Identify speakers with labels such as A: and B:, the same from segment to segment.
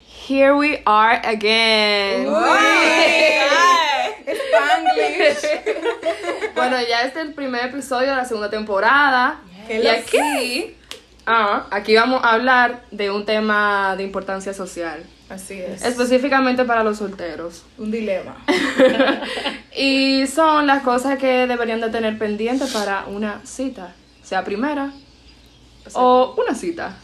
A: Here we are again. Bueno, ya este es el primer episodio de la segunda temporada.
B: Que
A: Y
B: lo
A: aquí, ah, aquí vamos a hablar de un tema de importancia social,
B: Así es.
A: específicamente para los solteros.
B: Un dilema.
A: y son las cosas que deberían de tener pendientes para una cita, sea primera o una cita.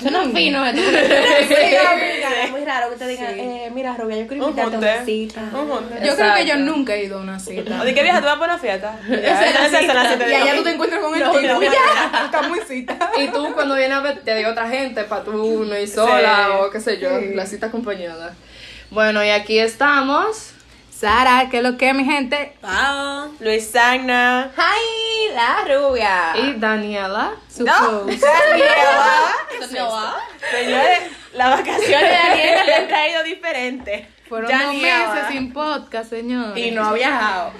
C: Suena
D: Mm.
C: fino esto.
D: Es muy raro que te digan, eh, mira, Rubia, yo quiero
E: Un
D: invitarte a una
E: monte.
D: cita.
E: Un monte.
B: Yo creo que
A: Exacto.
B: yo nunca he ido a una cita.
E: ¿De qué vieja tú vas para una fiesta? Ya,
B: Esa es
E: esa
B: la
E: es la
B: cita.
E: cita
B: Y
E: de
B: allá
E: hoy.
B: tú te encuentras con el tipo. y ya, Está muy cita.
A: Y tú cuando vienes a ver te de otra gente, para tú no ir sola
E: Sí.
A: o qué sé yo, la cita acompañada. Bueno, y aquí estamos.
B: Sara, ¿qué es lo que mi gente?
E: Luis Sagna.
D: ¡Ay, la
E: Ah.
D: Rubia!
A: Y Daniela.
E: No. Señores, las vacaciones de Daniela le han traído diferente.
B: Fueron
E: Ya
B: dos
E: ni
B: meses
E: ahora.
B: sin podcast, señor.
E: Y no ha viajado.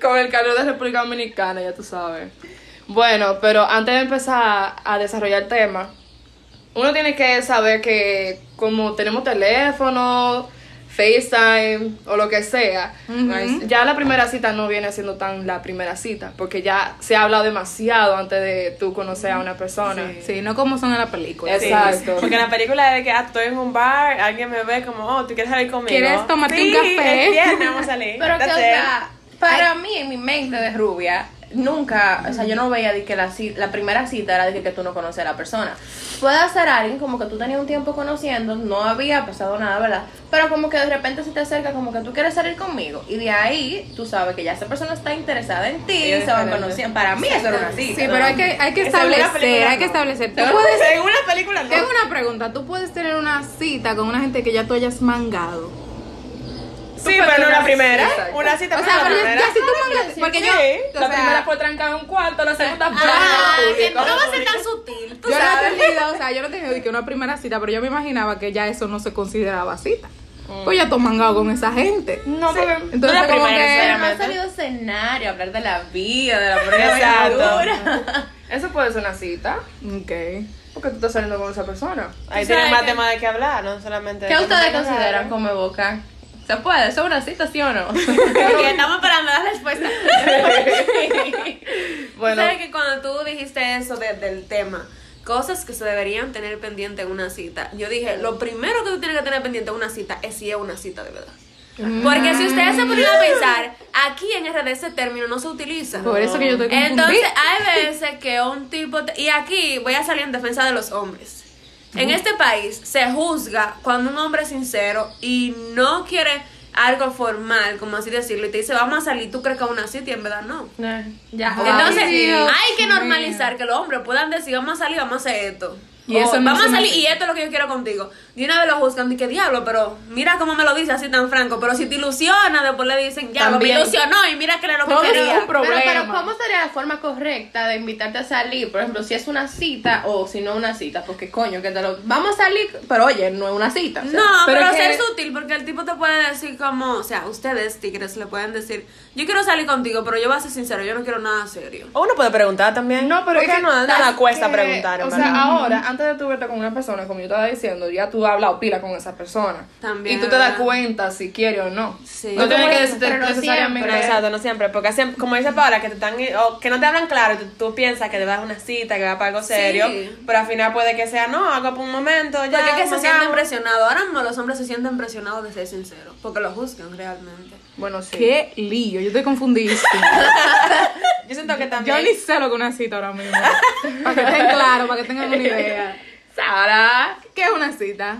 A: Con el calor de República Dominicana, ya tú sabes. Bueno, pero antes de empezar a desarrollar el tema, uno tiene que saber que como tenemos teléfono, FaceTime o lo que sea, pues, ya la primera cita no viene siendo tan la primera cita, porque ya se ha hablado demasiado antes de tú conocer a una persona.
B: Sí, no como son en la película.
E: Sí,
A: Exacto.
E: Porque en la película es de que ah, estoy en un bar, alguien me ve como, oh, ¿tú quieres salir conmigo?
B: ¿Quieres tomarte un
E: Sí,
B: café?
E: el viernes vamos a salir.
C: Pero que, o
E: That's it.
C: sea, para mí, en mi mente de rubia, nunca, o sea, yo no veía de que la, ci- la primera cita era de que, que tú no conoces a la persona. Puede ser alguien como que tú tenías un tiempo conociendo, no había pasado nada, ¿verdad? Pero como que de repente se te acerca, como que tú quieres salir conmigo. Y de ahí, tú sabes que ya esa persona está interesada en ti, se van conociendo. Para mí, eso era una
B: Sí,
C: cita.
B: pero hay que, hay que
E: Esa es una
B: establecer,
E: película,
B: hay que
E: no.
B: establecer. Tú puedes
E: Según la película, no.
B: Tengo una pregunta, ¿tú puedes tener una cita con una gente que ya tú hayas mangado?
E: Sí, pero no la primera. ¿eh?
A: Exacto.
E: Una cita
B: O
E: pero
B: sea,
E: no
B: pero
E: la
B: ya,
E: primera.
B: ya si tú mangas, porque yo,
E: Sí.
B: o
A: La
B: sea,
A: primera fue trancada en un cuarto, la segunda fue en el público.
D: va a ser tan sutil.
B: yo no he tenido, o sea, yo no he tenido de que una primera cita, pero yo me imaginaba que ya eso no se consideraba cita. Pues ya tú has mangado con esa gente.
A: No, porque-
B: Entonces,
E: la
B: como
E: primera,
B: que,
C: Pero no
E: sinceramente.
C: ha salido a escenario, a hablar de la vida, de la primera
E: Exacto.
C: aventura.
A: Eso puede ser una cita,
B: ok.
A: porque tú estás saliendo con esa persona.
E: Ahí
C: Tú
E: tienen
C: sabes
E: más
C: que-
E: temas de qué hablar, no solamente. de
C: ¿Qué
E: que-
C: ustedes consideran come boca? ¿Se puede? ¿Eso es una cita, sí o no?
D: Porque estamos esperando la respuesta.
A: Bueno,
D: ¿Sabes que cuando tú dijiste eso de- del tema, cosas que se deberían tener pendiente en una cita, yo dije, lo primero que tú tienes que tener pendiente en una cita es si es una cita de verdad. Porque si ustedes se ponen
C: Mm.
D: a pensar, aquí en RD ese término no se utiliza.
B: Por eso que yo
C: Mm.
B: estoy confundida.
D: Entonces, ah, hay veces que un tipo. te- y aquí voy a salir en defensa de los hombres. En este país se juzga cuando un hombre es sincero y no quiere algo formal, como así decirlo, y te dice, vamos a salir, tú crees que aún así, y en verdad no.
C: ya.
D: Entonces,
B: Dios
D: hay que normalizar que los hombres puedan decir, vamos a salir, vamos a hacer esto.
B: Y
D: O,
B: eso no
D: vamos
B: se
D: a
B: me
D: salir
B: hace.
D: y esto es lo que yo quiero contigo. De una vez lo juzgan, y que diablo, pero mira cómo me lo dice así tan franco. Pero si te ilusiona, después le dicen, ya, me
B: También.
D: ilusionó y mira que era lo
B: Todo
D: que
B: es
D: quería.
B: un problema.
C: Pero, pero, ¿cómo sería la forma correcta de invitarte a salir? Por ejemplo, si es una cita o si no una cita, porque coño, que te lo... Vamos a salir, pero oye, no es una cita. o sea.
D: No,
B: Pero
D: pero,
B: que-
D: ser sutil, porque el tipo te puede decir como, o sea, ustedes tigres le pueden decir, yo quiero salir contigo, pero yo voy a ser sincero, yo no quiero nada serio.
E: O uno puede preguntar también.
A: no, pero
E: es que no,
A: nada
E: nada cuesta preguntar. en
A: O
E: verdad.
A: sea, ahora, antes de tú verte con una persona, como yo estaba diciendo, ya tú has hablado pila con esa persona. Y
D: También,
A: tú te das
D: ¿verdad?
A: cuenta si quiere o no.
D: Sí.
A: No tienes que decirte
C: Pero no
A: necesariamente.
E: Pero exacto, no siempre, porque siempre, como dice Paola, que te están, o que no te hablan claro, y tú, tú piensas que te vas a una cita, que vas para algo serio, pero al final puede que sea, no, hago por un momento, ya.
D: Porque es que se
E: mangamos".
D: sienten presionados. Ahora mismo los hombres se sienten presionados de ser sinceros, porque los juzgan realmente.
A: Bueno, sí.
B: Qué lío, yo estoy confundidísima.
E: Yo siento que también.
B: Yo ni sé lo que es una cita ahora mismo. Para que estén claros, para que tengan una idea. Sara, ¿qué es una cita?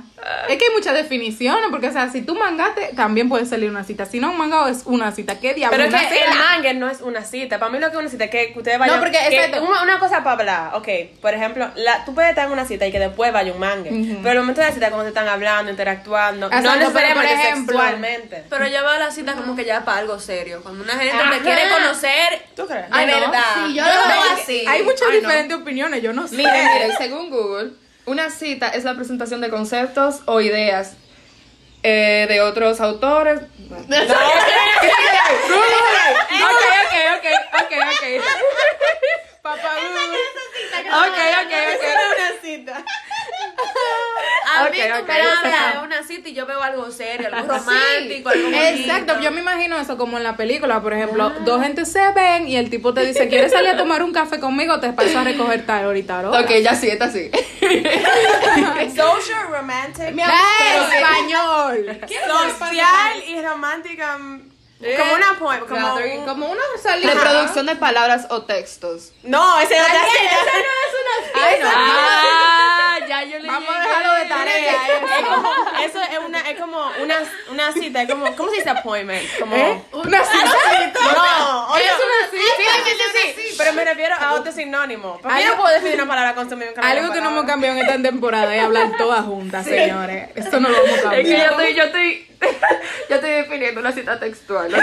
B: Es que hay muchas definiciones, porque, o sea, si tú mangaste, también puede salir una cita. Si no, un mangado es una cita. ¿Qué diablos
E: pero es
B: una
E: que
B: cita?
E: el mangue no es una cita. Para mí lo que es una cita es que ustedes vayan.
C: No, porque,
E: que
C: exacto.
E: Una, una cosa para hablar. Ok, por ejemplo, la, tú puedes estar en una cita y que después vaya un mangue. Pero el momento de la cita, como se están hablando, interactuando,
B: Exacto,
E: no
B: pero por
E: necesariamente
B: ejemplo-
E: sexualmente.
D: Pero yo veo la cita como que ya para algo serio. Cuando una gente
C: Ajá.
D: me quiere conocer,
E: ¿Tú crees?
D: de verdad.
C: Sí, yo
D: Yo
C: lo veo
D: lo veo
C: que-
D: así.
B: Hay muchas
D: Ay, no.
B: diferentes opiniones, yo no sé.
A: Miren, miren, según Google, una cita es la presentación de conceptos o ideas eh, de otros autores.
B: Ok, ok, ok, ok, ok. Papá, Google. Ok, ok, ok.
E: Eso no es una cita.
D: A mí
E: Ok,
D: tú
E: ok,
D: me hablas de
E: exacto.
D: una cita y yo veo algo serio, algo romántico, algo
B: Exacto, yo me imagino eso como en la película, por ejemplo, dos gentes se ven y el tipo te dice, ¿quieres salir a tomar un café conmigo? Te paso a recoger tal ahorita, ¿no?
A: Ok, ya sí, esta sí.
E: Social, romantic,
B: Mi amor,
A: Pero-
B: español.
E: social y romántica. mm, Como una poem, como
C: Gathering,
E: un-
C: como una salida.
A: Reproducción de palabras o textos.
E: No, ese no está
C: Ay, no.
A: Ah, ya yo le
B: Vamos a dejarlo de tarea. eh.
E: Es como- Eso es una, es como una, una cita, es como, ¿cómo se dice appointment? Como,
B: Una cita.
E: no, oye,
B: ¿Eh? una
E: sí, sí, sí, sí, pero me refiero a otro sinónimo. Porque yo
B: Algo-
E: no puedo definir una palabra con su mismo
B: Algo que no hemos cambiado en esta temporada es hablar todas juntas, señores. Esto no lo vamos a cambiar.
A: Es que yo estoy, yo estoy, yo estoy definiendo una cita textual. ok.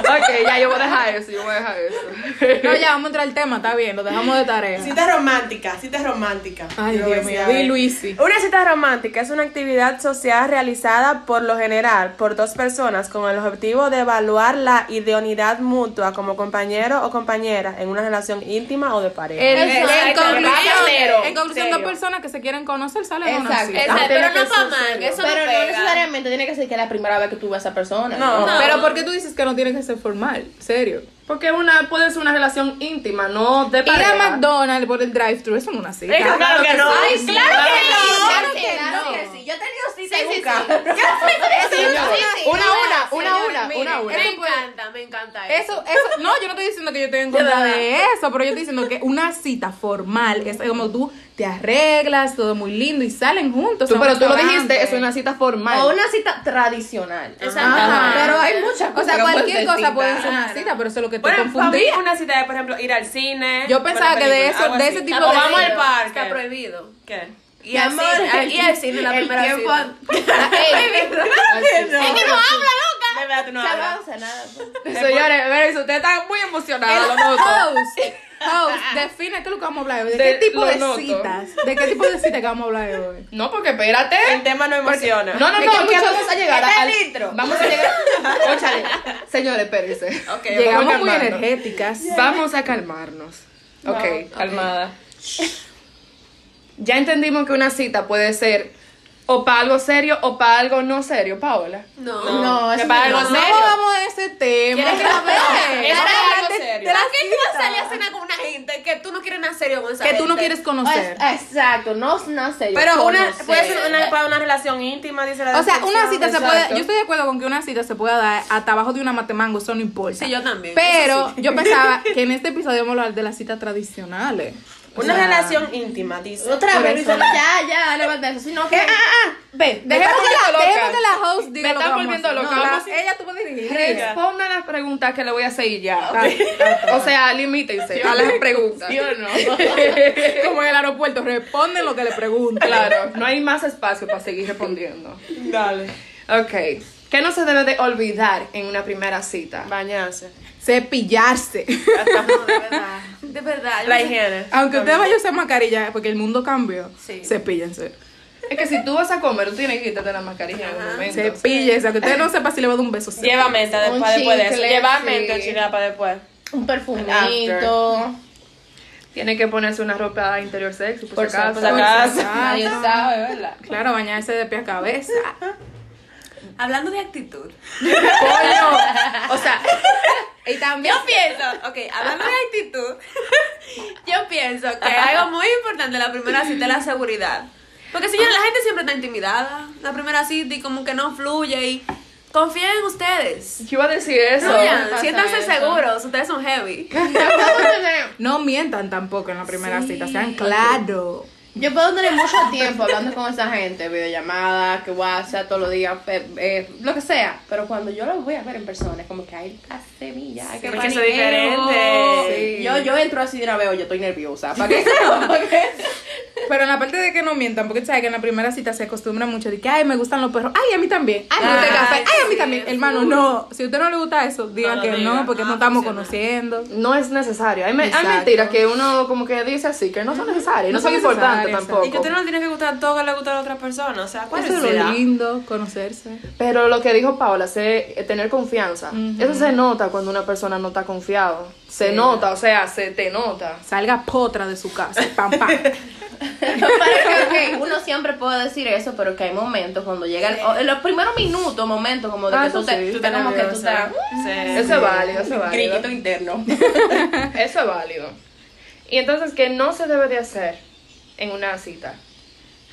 A: ok, ya yo voy a dejar eso, yo voy a dejar eso.
B: No, ya vamos a entrar al tema, está bien, lo dejamos de tarea.
E: Cita romántica, cita romántica.
B: Ay,
E: Yo
B: Dios
E: voy a
B: mío,
E: decir, a
B: di
E: ver.
B: Luisi.
E: Una cita romántica es una actividad social realizada por lo general por dos personas con el objetivo de evaluar la idoneidad mutua como compañero o compañera en una relación íntima o de pareja.
B: En,
D: Exacto,
B: en conclusión,
E: serio,
B: en conclusión dos
E: serio.
B: personas que se quieren conocer salen a una
C: Exacto.
B: cita.
D: Exacto,
A: tiene
D: pero
A: que
D: no
A: ser
D: para mal,
A: serio.
D: eso
C: Pero
D: no
C: no
D: pega.
C: necesariamente tiene que ser que es la primera vez que tú ves a esa persona.
E: No.
B: Pero ¿por qué tú dices que no tiene que ser formal? Serio.
A: Porque una puede ser una relación íntima, no de
B: Ir
A: pareja.
B: a McDonald's por el drive-thru, eso no es una cita.
E: Eso claro que no.
A: Ay, sí, claro que
C: Sí,
A: no.
C: claro
B: que no.
C: que sí. Yo he tenido cita en un
E: sí, sí.
C: carro.
A: Señor, Una a una, una a una,
B: Miren,
A: una a una.
D: Me encanta, me encanta eso.
B: Eso, eso, no, yo no estoy diciendo que yo estoy en contra de eso, pero yo estoy diciendo que una cita formal es como tú te arreglas, todo muy lindo y salen juntos.
A: Tú,
B: a un
A: pero tú lo
B: restaurante.
A: dijiste, es una cita formal.
C: O una cita tradicional.
B: Ajá.
C: Pero hay muchas
B: O sea,
C: cosas. que
B: cualquier
C: pueden ser
B: cosa puede
C: citas.
B: ser una cita, pero eso es lo que te
E: Bueno, para mí
B: confundía.
E: una cita es, por ejemplo, ir al cine.
B: Yo pensaba
E: ver
B: que
E: una
B: de
E: película,
B: eso-
E: algo
B: de ese
E: así.
B: tipo
E: Ah, pues
B: de-
E: Vamos al
D: Está
E: parque.
D: prohibido.
E: ¿Qué?
D: Y así, y así, la
C: el
D: primera
C: tiempo-
D: cita.
E: De verdad, tú no
C: Ya no
E: hablas.
C: hace nada. pues.
A: Señores, veréis, ustedes están muy emocionados, lo noto.
B: Host, host, define qué es lo que vamos a hablar hoy. ¿De,
A: De-
B: qué tipo
A: lo
B: de
A: noto.
B: citas? ¿De qué tipo de citas que vamos a hablar hoy?
A: No, porque espérate.
E: El tema no emociona.
A: No, no,
C: ¿De
A: no,
C: qué
A: que
C: mucho
A: vamos a llegar
C: está
A: al
C: el intro?
A: Vamos a llegar. Óchale. Señores, espérense.
E: Okay,
B: Llegamos
A: vamos
B: muy
A: calmando.
B: energéticas.
A: Vamos a calmarnos. Ok,
E: calmada.
A: Ya entendimos que una cita puede ser o para algo serio o para algo no serio, Paola.
D: No.
C: No,
E: que
C: eso
E: para
C: no.
E: algo
B: No
E: serio.
B: vamos a ese tema.
E: ¿Quieres que lo vea? Eso es algo serio.
D: ¿Para qué tú vas a salir a cenar con una gente que tú no quieres nada serio con esa
B: Que tú no
D: gente?
B: quieres conocer.
C: Es- Pues, Exacto, no es nada serio.
E: Pero una,
C: conocer.
E: puede ser una, para una relación íntima, dice la
B: O sea, una
E: descripción.
B: cita se
A: exacto.
B: puede. Yo estoy de acuerdo con que una cita se pueda dar hasta abajo de una matemango, eso no importa.
D: Sí, yo también,
B: Pero yo pensaba que en este episodio vamos a hablar de las citas tradicionales.
E: Una relación íntima, dice.
C: Otra
B: Por
C: vez,
B: eso.
C: ya, ya, levanta eso. Si no, que.
A: Ven,
B: Dejemos que la, dejemos que la host diga
A: Me
B: lo
A: están
B: que vamos a
A: volviendo
B: hacer.
A: loca.
B: No, la-
A: Vamos a-
B: ella tuvo dirigir.
A: Respondan las preguntas que le voy a hacer y ya. Ah,
B: Está-
A: O sea, limítense a las preguntas.
B: Como en el aeropuerto, responden lo que le preguntan.
A: Claro, no hay más espacio para seguir respondiendo.
E: Dale.
A: Ok. ¿Qué no se debe de olvidar en una primera cita?
E: Bañarse.
B: Cepillarse.
D: No, de verdad. De verdad. yo
E: La
D: no sé-
E: higiene.
B: Aunque usted vaya a usar mascarilla, porque el mundo cambió,
D: Sí.
B: cepíllense.
A: Es que si tú vas a comer, tú tienes que quitarte la mascarilla en un momento.
B: Cepíllense, aunque usted no sepa si le va a dar un beso.
E: Lleva menta
C: Un
E: después, después de eso.
C: chicle,
E: Lleva
C: sí.
E: menta o chile para después.
C: Un perfumito.
A: Tiene que ponerse una ropa interior sexy, por,
E: Por
A: si
E: si-
A: acaso.
E: por si acaso.
C: Nadie sabe, ¿verdad?
B: Claro, bañarse de pie a cabeza.
D: Hablando de actitud.
A: Coño. O sea,
B: Y también.
D: Yo pienso, ok, hablando de actitud, yo pienso que algo muy importante en la primera cita es la seguridad. Porque señora, la gente siempre está intimidada. La primera cita y como que no fluye y confíen en ustedes.
A: yo iba a decir eso.
D: Fluyan,
C: pasa
D: siéntanse
C: eso.
D: seguros, ustedes son heavy.
B: No mientan tampoco en la primera
D: Sí.
B: cita, sean claro.
C: Yo puedo tener mucho tiempo hablando con esa gente, videollamadas, que WhatsApp todos los días, eh, eh, lo que sea. Pero cuando yo los voy a ver en persona, es como que hay la semilla, que
E: Porque eso
C: paniqueo.
E: es diferente.
A: Sí.
C: Yo, yo entro así de una vez, oye, estoy nerviosa. ¿Para qué? ¿Para qué?
B: Pero en la parte de que no mientan, porque tú sabes que en la primera cita se acostumbra mucho de que, ay, me gustan los perros, ay, a mí también, ay, me gusta el
D: Ay,
B: café, ay, a mí
D: sí,
B: también.
D: full.
B: Hermano, no, si a usted no le gusta eso, diga
E: No lo
B: que
E: diga.
B: no, porque
D: No
B: no estamos
D: funciona.
B: conociendo.
A: No es necesario. Hay, me- hay
B: Exacto.
A: mentiras que uno como que dice así, que no son necesarias, no,
B: No
A: son,
B: son
A: importantes
B: necesarias,
A: tampoco.
E: Y que usted no le tiene que gustar todo que le gusta a la otra persona. O sea, ¿cuál
B: Eso es lo
E: necesidad?
B: lindo, conocerse.
A: Pero lo que dijo Paola, se- eh, tener confianza. Eso se nota cuando una persona no está confiado. Se nota, o sea, se te nota.
B: Salga potra de su casa, pam, pam.
C: Pero que, ok, uno siempre puede decir eso, pero que hay momentos cuando llegan, o en los primeros minutos, momentos como de
A: Ah,
C: que
A: eso
C: tú te,
A: sí,
C: tú
A: tú te
C: como que tú
A: nerviosa.
C: estás, "Uh".
A: Eso es válido, eso es
C: mm,
A: válido.
C: grillito interno.
A: Eso es válido. Y entonces, ¿qué no se debe de hacer en una cita?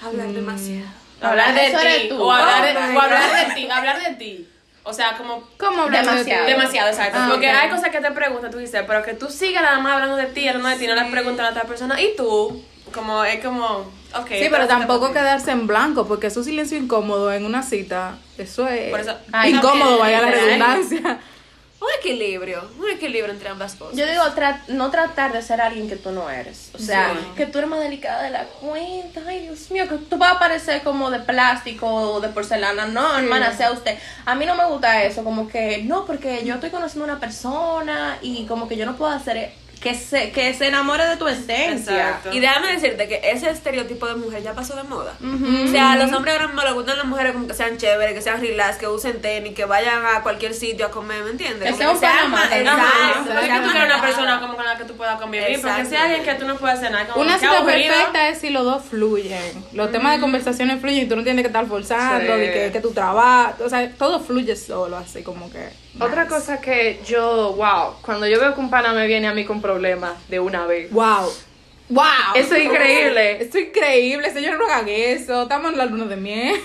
D: Hablar demasiado.
E: Hablar
C: Eso
E: de
C: eres
E: ti.
C: tú.
E: O hablar de,
D: Oh my
E: o hablar de ti. Hablar de ti. O sea, como
B: ¿Cómo hablar
C: Demasiado.
B: de ti?
E: demasiado, exacto.
B: Ah,
E: Porque
B: ok.
E: hay cosas que te preguntan, tú dices, pero que tú sigas nada más hablando de ti, hablando de ti, no le preguntas a la otra persona. Y tú, como, es como, ok.
B: Sí, pero
E: entonces
B: tampoco
E: te-
B: quedarse en blanco, porque es un silencio incómodo en una cita, eso es
E: Por eso-
C: Ay,
B: incómodo, vaya la
C: literal.
B: redundancia.
D: Un equilibrio, un equilibrio entre ambas cosas.
C: Yo digo, tra- no tratar de ser alguien que tú no eres. O sea, que tú eres más delicada de la cuenta. Ay, Dios mío, que tú vas a parecer como de plástico o de porcelana. No, hermana, sea usted. A mí no me gusta eso. Como que, no, porque yo estoy conociendo a una persona y como que yo no puedo hacer que se, que se enamore de tu esencia.
E: Exacto.
D: Y déjame decirte que ese estereotipo de mujer ya pasó de moda. O sea, a los hombres ahora mismo les gustan las mujeres como que sean chéveres, que sean relax, que usen tenis, que vayan a cualquier sitio a comer, ¿me entiendes?
C: Que sea un Panamá.
D: ma-
C: Ajá,
E: Ajá,
D: Exacto.
E: porque
D: sea
E: tú quieres una
D: manejado.
E: persona como con la que tú puedas convivir, porque
D: Exacto.
E: sea alguien que tú no puedas cenar como
B: Una
E: qué
B: cita
E: aburrido.
B: perfecta es si los dos fluyen. Los temas de conversaciones fluyen y tú no tienes que estar forzando,
A: Sí.
B: de que, que tu trabajo, o sea, todo fluye solo, así como que.
A: Otra cosa que yo, wow, cuando yo veo que un pana me viene a mí con problemas de una vez.
B: ¡Wow! ¡Wow!
A: Eso es increíble.
B: Esto es increíble, señor, no hagan eso. Estamos en la luna de miel.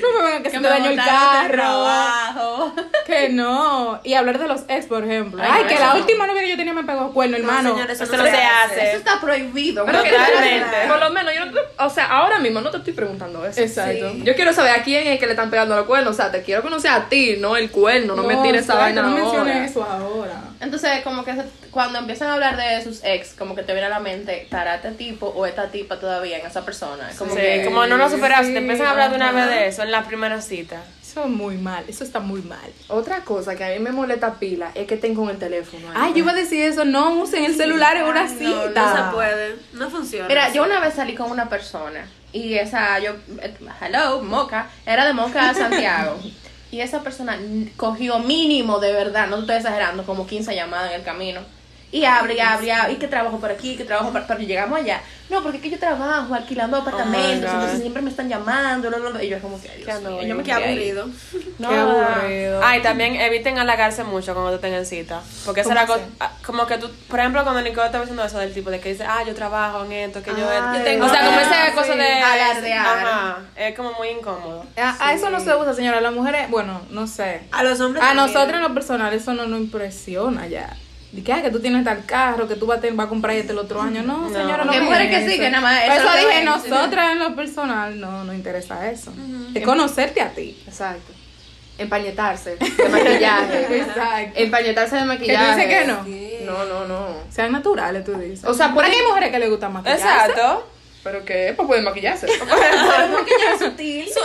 B: no me vengan que, se me dañó el
C: botaron del
B: carro.
C: trabajo.
B: Que no. Y hablar de los ex, por ejemplo.
C: Ay,
B: Ay,
C: no,
B: que
C: eso
B: la
C: no.
B: última novia que yo tenía me pegó cuerno, hermano.
D: señores,
E: Eso no se
C: Eso
E: hace.
C: está prohibido.
A: Pero que-
E: Totalmente.
A: por lo menos, yo no te- o sea, ahora mismo no te estoy preguntando eso.
B: Exacto.
A: Yo quiero saber a quién es que le están pegando los cuernos. O sea, te quiero conocer a ti, no el cuerno. No, me tires esa
B: exacto,
A: vaina
B: No
A: ahora.
B: menciones eso ahora.
C: Entonces, como que se- cuando empiezan a hablar de sus ex, como que te viene a la mente, estará este tipo o esta tipa todavía en esa persona. Como
E: Sí,
C: que
E: como no nos superaste,
B: sí,
E: te empiezan a hablar de una
B: ajá.
E: vez de eso en la primera cita.
B: Eso es muy mal, eso está muy mal.
A: Otra cosa que a mí me molesta pila es que estén con el teléfono. ahí.
B: Ay, Ah, yo iba a decir eso, no usen el celular en una
D: No,
B: cita.
D: no se puede, no funciona.
C: Mira, yo una vez salí con una persona y esa, yo, eh, hello, Moca, era de Moca a Santiago. Y esa persona n- cogió mínimo, de verdad, no te estoy exagerando, como 15 llamadas en el camino. Y abre, y abre, y abre, y que trabajo por aquí, que trabajo por... Pero llegamos allá. No, porque es que yo trabajo alquilando apartamentos, entonces siempre me están llamando, no, no, no. y yo es como que, ay, Dios mío, yo me
D: Qué
C: quedé ahí.
D: aburrido.
C: No,
B: Qué aburrido.
E: Ay, Ah, también eviten halagarse mucho cuando te tengan cita. Porque esa es la cosa. ah, Como que tú, por ejemplo, cuando Nicole estaba diciendo eso del tipo de que dice, ah, yo trabajo en esto, que yo.
A: Ay,
E: yo tengo- o sea, como esa
C: ah,
E: cosa
C: sí.
E: de.
C: Alardear.
E: Ajá, es como muy incómodo.
B: A, a eso no se usa, señora. Las mujeres, bueno, no sé.
D: A los hombres.
B: A
D: también.
B: nosotros en lo personal eso no nos impresiona ya. De que, ay, que tú tienes tal carro, que tú vas a, ten- vas a comprar este el otro año. No, señora, no
C: Que
B: me
C: mujeres
B: digan
C: que sí,
B: eso.
C: que nada más
B: Por
C: eso
B: Eso,
C: lo
B: dije,
C: ven.
B: nosotras en lo personal no nos interesa eso. Es conocerte a ti.
A: Exacto. Empañetarse de maquillaje.
B: Exacto.
A: Empañetarse de
B: Que tú
A: maquillaje.
B: dices que no.
A: No, no, no.
B: Sean naturales, tú dices.
A: O sea,
B: ¿por
A: pueden-
B: qué hay mujeres que les gusta más
E: Exacto.
A: ¿Pero qué? Pues pueden maquillarse.
D: Eso-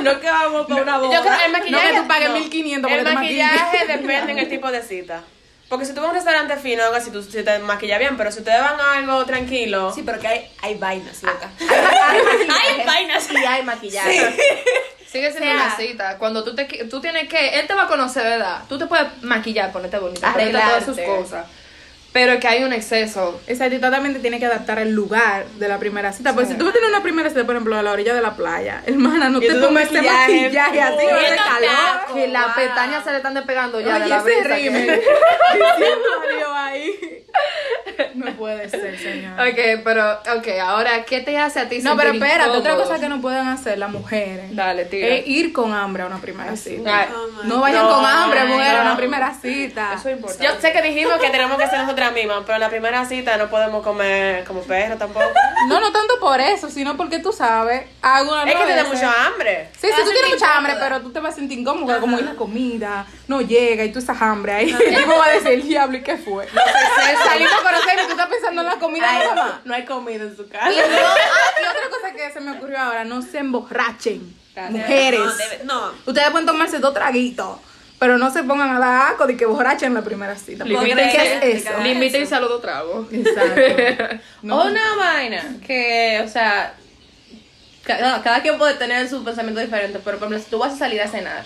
E: No que vamos para una boda.
A: Yo creo que el
B: No
A: maquillaje.
B: que tú pagues 1500 porque
E: El
B: te maquillas.
E: maquillaje depende en el tipo de cita. Porque si tú vas a un restaurante fino, algo así, tú si te maquillas bien, pero si ustedes van a algo tranquilo.
D: Sí, pero que hay, hay vainas, loca.
C: Hay maquillaje. Y hay maquillaje.
A: Sigue siendo una cita. Cuando tú, te, qui- tú tienes que. Él te va a conocer, ¿verdad? Tú te puedes maquillar, ponerte bonita, ponerte todas sus
C: Arreglarte.
A: cosas. Pero que hay un exceso.
B: Exacto, y tú también te tienes que adaptar al lugar de la primera cita. Porque si tú vas a tener una primera cita, por ejemplo, a la orilla de la playa, hermana, no
E: Y
B: te
E: tú
B: pongas ese
E: maquillaje,
B: maquillaje así con ese
D: Viendo
B: calor.
D: tacos,
A: Que las
D: wow.
A: pestañas se le están despegando ya de
B: Oh, Oye,
A: la
B: ese
A: brisa. que-
B: rímel. Diciendo adiós ahí. No puede ser, señor.
A: Ok, pero. Ok, ahora, ¿qué te hace a ti
B: No, pero
A: sentir
B: espérate, otra
A: incómodo?
B: cosa que no pueden hacer las mujeres
A: Dale, tira.
B: es ir con hambre a una primera cita.
A: Ay,
B: Ah, No vayan
E: No,
B: con hambre,
E: ay,
B: mujeres, a
E: no.
B: una primera cita.
A: eso es importante.
E: Yo sé que dijimos que tenemos que ser nosotras mismas, pero en la primera cita no podemos comer como perro tampoco.
B: No, no tanto por eso, sino porque tú sabes, alguna
E: es que
B: tiene
E: tiene mucha hambre.
B: Sí, sí, tú tienes mucha hambre, pero tú te vas a sentir incómoda, como y la comida no llega y tú estás hambre ahí. Y vos vas a decir, diablo, ¿y qué fue? Salimos a conocer y tú estás pensando en la comida nada más.
C: No hay comida en su
B: Y,
C: casa.
B: yo- ah, y otra cosa que se me ocurrió ahora, no se emborrachen, mujeres.
D: No, debe- no.
B: Ustedes pueden tomarse dos traguitos, pero no se pongan a dar asco de que borrachen en la primera cita. porque
A: Limítense,
B: ¿Qué es eso?
A: limítense a los dos tragos.
B: Exacto. No.
C: O una vaina que, o sea, ca- no, cada, quien puede tener su pensamiento diferente, pero por ejemplo, si tú vas a salir a cenar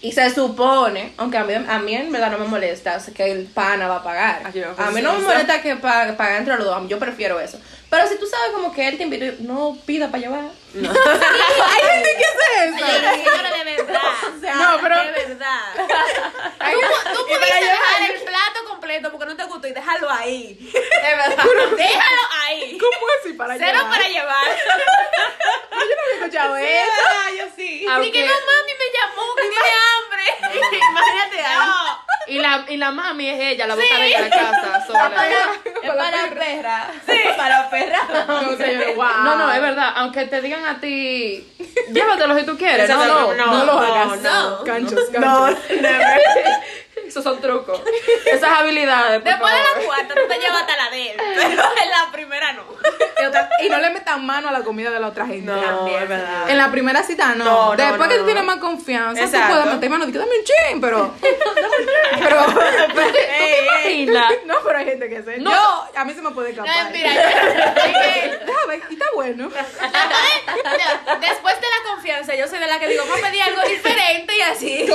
C: Y se supone, aunque a mí, a mí en verdad no me molesta, o sea, que el pana va a pagar.
E: Ay, yo,
C: a mí no me molesta que pa- pague entre los dos, yo prefiero eso. Pero si tú sabes como que él te invita, yo, no pida para llevar.
B: Hay gente que hace eso.
D: Señora, de verdad.
B: No, pero-
D: De verdad. Tú, tú pudiste dejar el plato completo porque no te gustó y déjalo ahí. De verdad. Déjalo ahí.
B: ¿Cómo así para
D: Cero
B: llevar?
D: para llevar.
B: Yo no había escuchado eso.
D: Ni que no mami me llamó, que tiene hambre. Imagínate algo.
A: Y la, y la mami es ella, la boca de ella de la casa, sola.
C: Es para perra. Para perra.
B: No, señor, wow.
A: No, no, es verdad. Aunque te digan a ti, llévatelo si tú quieres. No,
E: Exacto,
A: no,
E: no,
A: no,
E: no.
A: lo hagas.
B: hagas.
D: no.
B: Canchos, canchos.
A: Esos son trucos. Esas habilidades. por
D: Después de
A: favor.
D: la cuarta, tú te llevas hasta la de él. Pero en la primera no.
B: Y, otra- y no le metan mano a la comida de la otra gente.
E: No, es verdad.
B: En la primera cita no.
E: No, no,
B: Después
E: no,
B: que tú
E: no.
B: tienes más confianza,
E: Exacto.
B: tú puedes meter mano. Dije, dame un chin, pero. pero.
A: Imagina.
B: no, pero hay gente que se.
A: No.
B: Yo, a mí se me puede escapar.
D: No, mira, yo- es que-
B: Déjame, y está bueno.
D: no, después de la confianza, yo soy de la que digo, vamos a pedir algo diferente y así.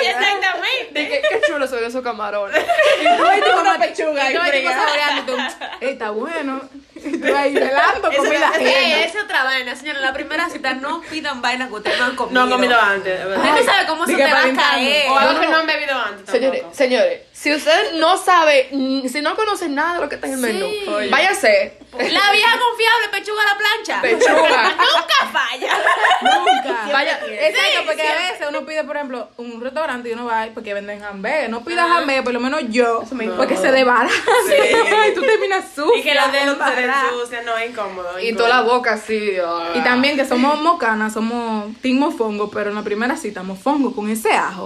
D: Exactamente.
A: De que, qué chulo se ven esos camarones.
B: Ay, tú una pechuga.
D: y
B: Yo tipo
D: fría.
B: saboreando. y tú, "Ey, está bueno. Y tú ahí velando comida
D: Eh,
B: ajena.
D: es otra vaina, señora. En la primera cita no pidan vainas que ustedes no han comido.
E: No han comido antes, es
D: Usted
E: verdad.
D: no sabe cómo eso
B: Diga,
D: te va a
B: aparentando.
D: caer.
E: O algo que no han bebido antes.
A: Señores,
E: tampoco.
A: señores, si usted no sabe, mm, si no conoce nada de lo que está en el menú,
D: Sí.
A: váyase.
D: La vieja confiable, pechuga a la plancha.
A: Pechuga.
D: Nunca falla.
B: Nunca.
A: Vaya,
B: Exacto,
D: Sí,
B: porque
D: siempre.
B: a veces uno pide, por ejemplo, un restaurante y uno va ahí porque venden jambe. No pidas jambe, por lo menos yo, porque se desbarata. y tú terminas sucio.
E: Y que los dedos se ensucian, no, es incómodo.
A: y
E: incómodo.
A: toda la boca así. ah.
B: Y también que somos mocanas, somos team mofongo, pero en la primera cita mofongo con ese ajo.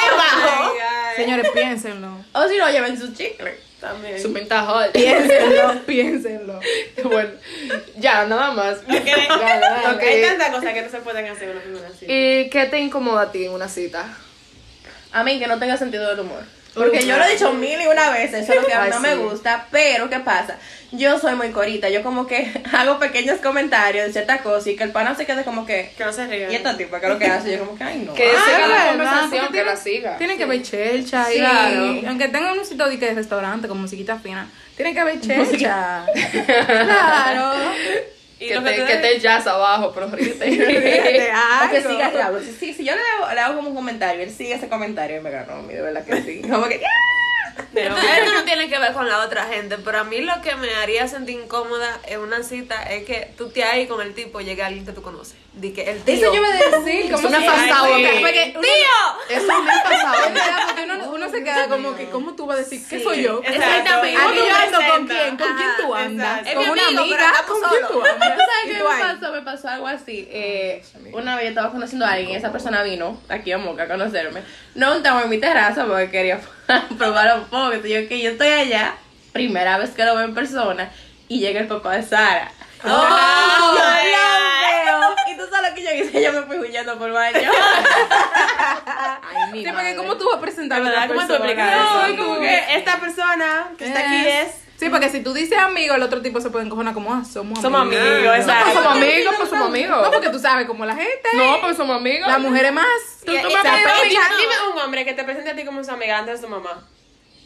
E: Ay, ay.
B: Señores, piénsenlo.
C: O si no, lleven su chicle.
E: También.
A: su pintajol.
B: Piénsenlo, piénsenlo.
A: bueno, ya, nada más. Ok.
E: Hay tantas cosas que no se pueden hacer en una primera cita.
A: ¿Y qué te incomoda a ti en una cita?
C: A mí que no tenga sentido del humor. Porque yo lo he dicho mil y una vez, eso es lo que a mí
A: Ay,
C: no me
A: sí.
C: gusta, pero ¿qué pasa? Yo soy muy corita, yo como que hago pequeños comentarios de ciertas cosas y que el pana se quede como que,
E: Que no se rían.
C: ¿y esta tipa qué es lo que hace? Yo como que, ay no.
A: Que
B: Ah,
A: siga la
B: ¿verdad?
A: conversación,
B: Porque
A: que la
B: tienen-
A: siga.
B: Tienen que ver chelcha y-
C: Claro.
B: aunque tengan un sitio de que de restaurante con musiquita fina, tienen que ver chelcha. claro.
E: Y
A: Que
E: lo que
A: te,
E: tú
A: que
E: debes-
A: te jazz abajo, pero ríete.
B: De
C: O que
B: algo.
C: siga diablo. Si, si, si yo le hago, le hago como un comentario, él sigue ese comentario y me ganó a mí, de verdad que sí. Como que,
D: Esto no tiene que ver con la otra gente, pero a mí lo que me haría sentir incómoda en una cita es que tú te ahí con el tipo llega alguien que tú conoces. Di que el tío.
B: Eso yo iba a decir, como
A: una
B: si-
A: pasada
B: Ay,
A: boca.
B: Porque uno-
D: ¡Tío!
A: Eso me ha pasado.
B: es verdad, porque uno, uno se queda como que, ¿cómo tú vas a decir que soy yo?
E: Exacto.
D: Exactamente.
B: Aquí yo ando con
E: Presenta.
B: quién, con quién tú
E: Ajá,
B: andas,
E: exacto.
B: con
D: Es mi
B: una
D: amigo, pero
B: amiga,
D: andamos
B: con quién tú
D: solos.
B: andas.
C: ¿Sabes
B: Y
C: qué
B: tú
C: me
B: ahí.
C: pasó? Me pasó algo así. Eh, una vez yo estaba conociendo a alguien, esa persona vino aquí a Moca a conocerme. No estaba en mi terraza porque quería probar un poco. Entonces yo que yo estoy allá, primera vez que lo veo en persona, y llega el papá de Sara. ¡Oh, Yo lo veo. Y tú sabes lo que yo hice, yo me fui huyendo por baño. Ay, mi
B: Sí, porque
C: madre.
B: ¿cómo tú vas a presentar a
E: ¿Verdad?
B: otra
E: ¿Cómo tú explicas
B: persona?
E: eso?
B: No,
E: No,
B: como
E: como
B: que-
E: que esta persona que está aquí es...
B: Sí, porque si tú dices amigo, el otro tipo se puede encojonar como, ah, somos amigos.
E: Somos amigos,
A: Pues
E: exacto.
A: somos amigos, pues somos
B: No,
A: amigos.
B: porque tú sabes como la gente.
A: No, pues somos amigos.
B: Las mujeres más.
A: Tú- tú
E: Y-
A: me
E: y-
A: has pedido
E: pero
A: amiga.
E: dime- Dime un hombre que te presente a ti como su amiga antes de su mamá.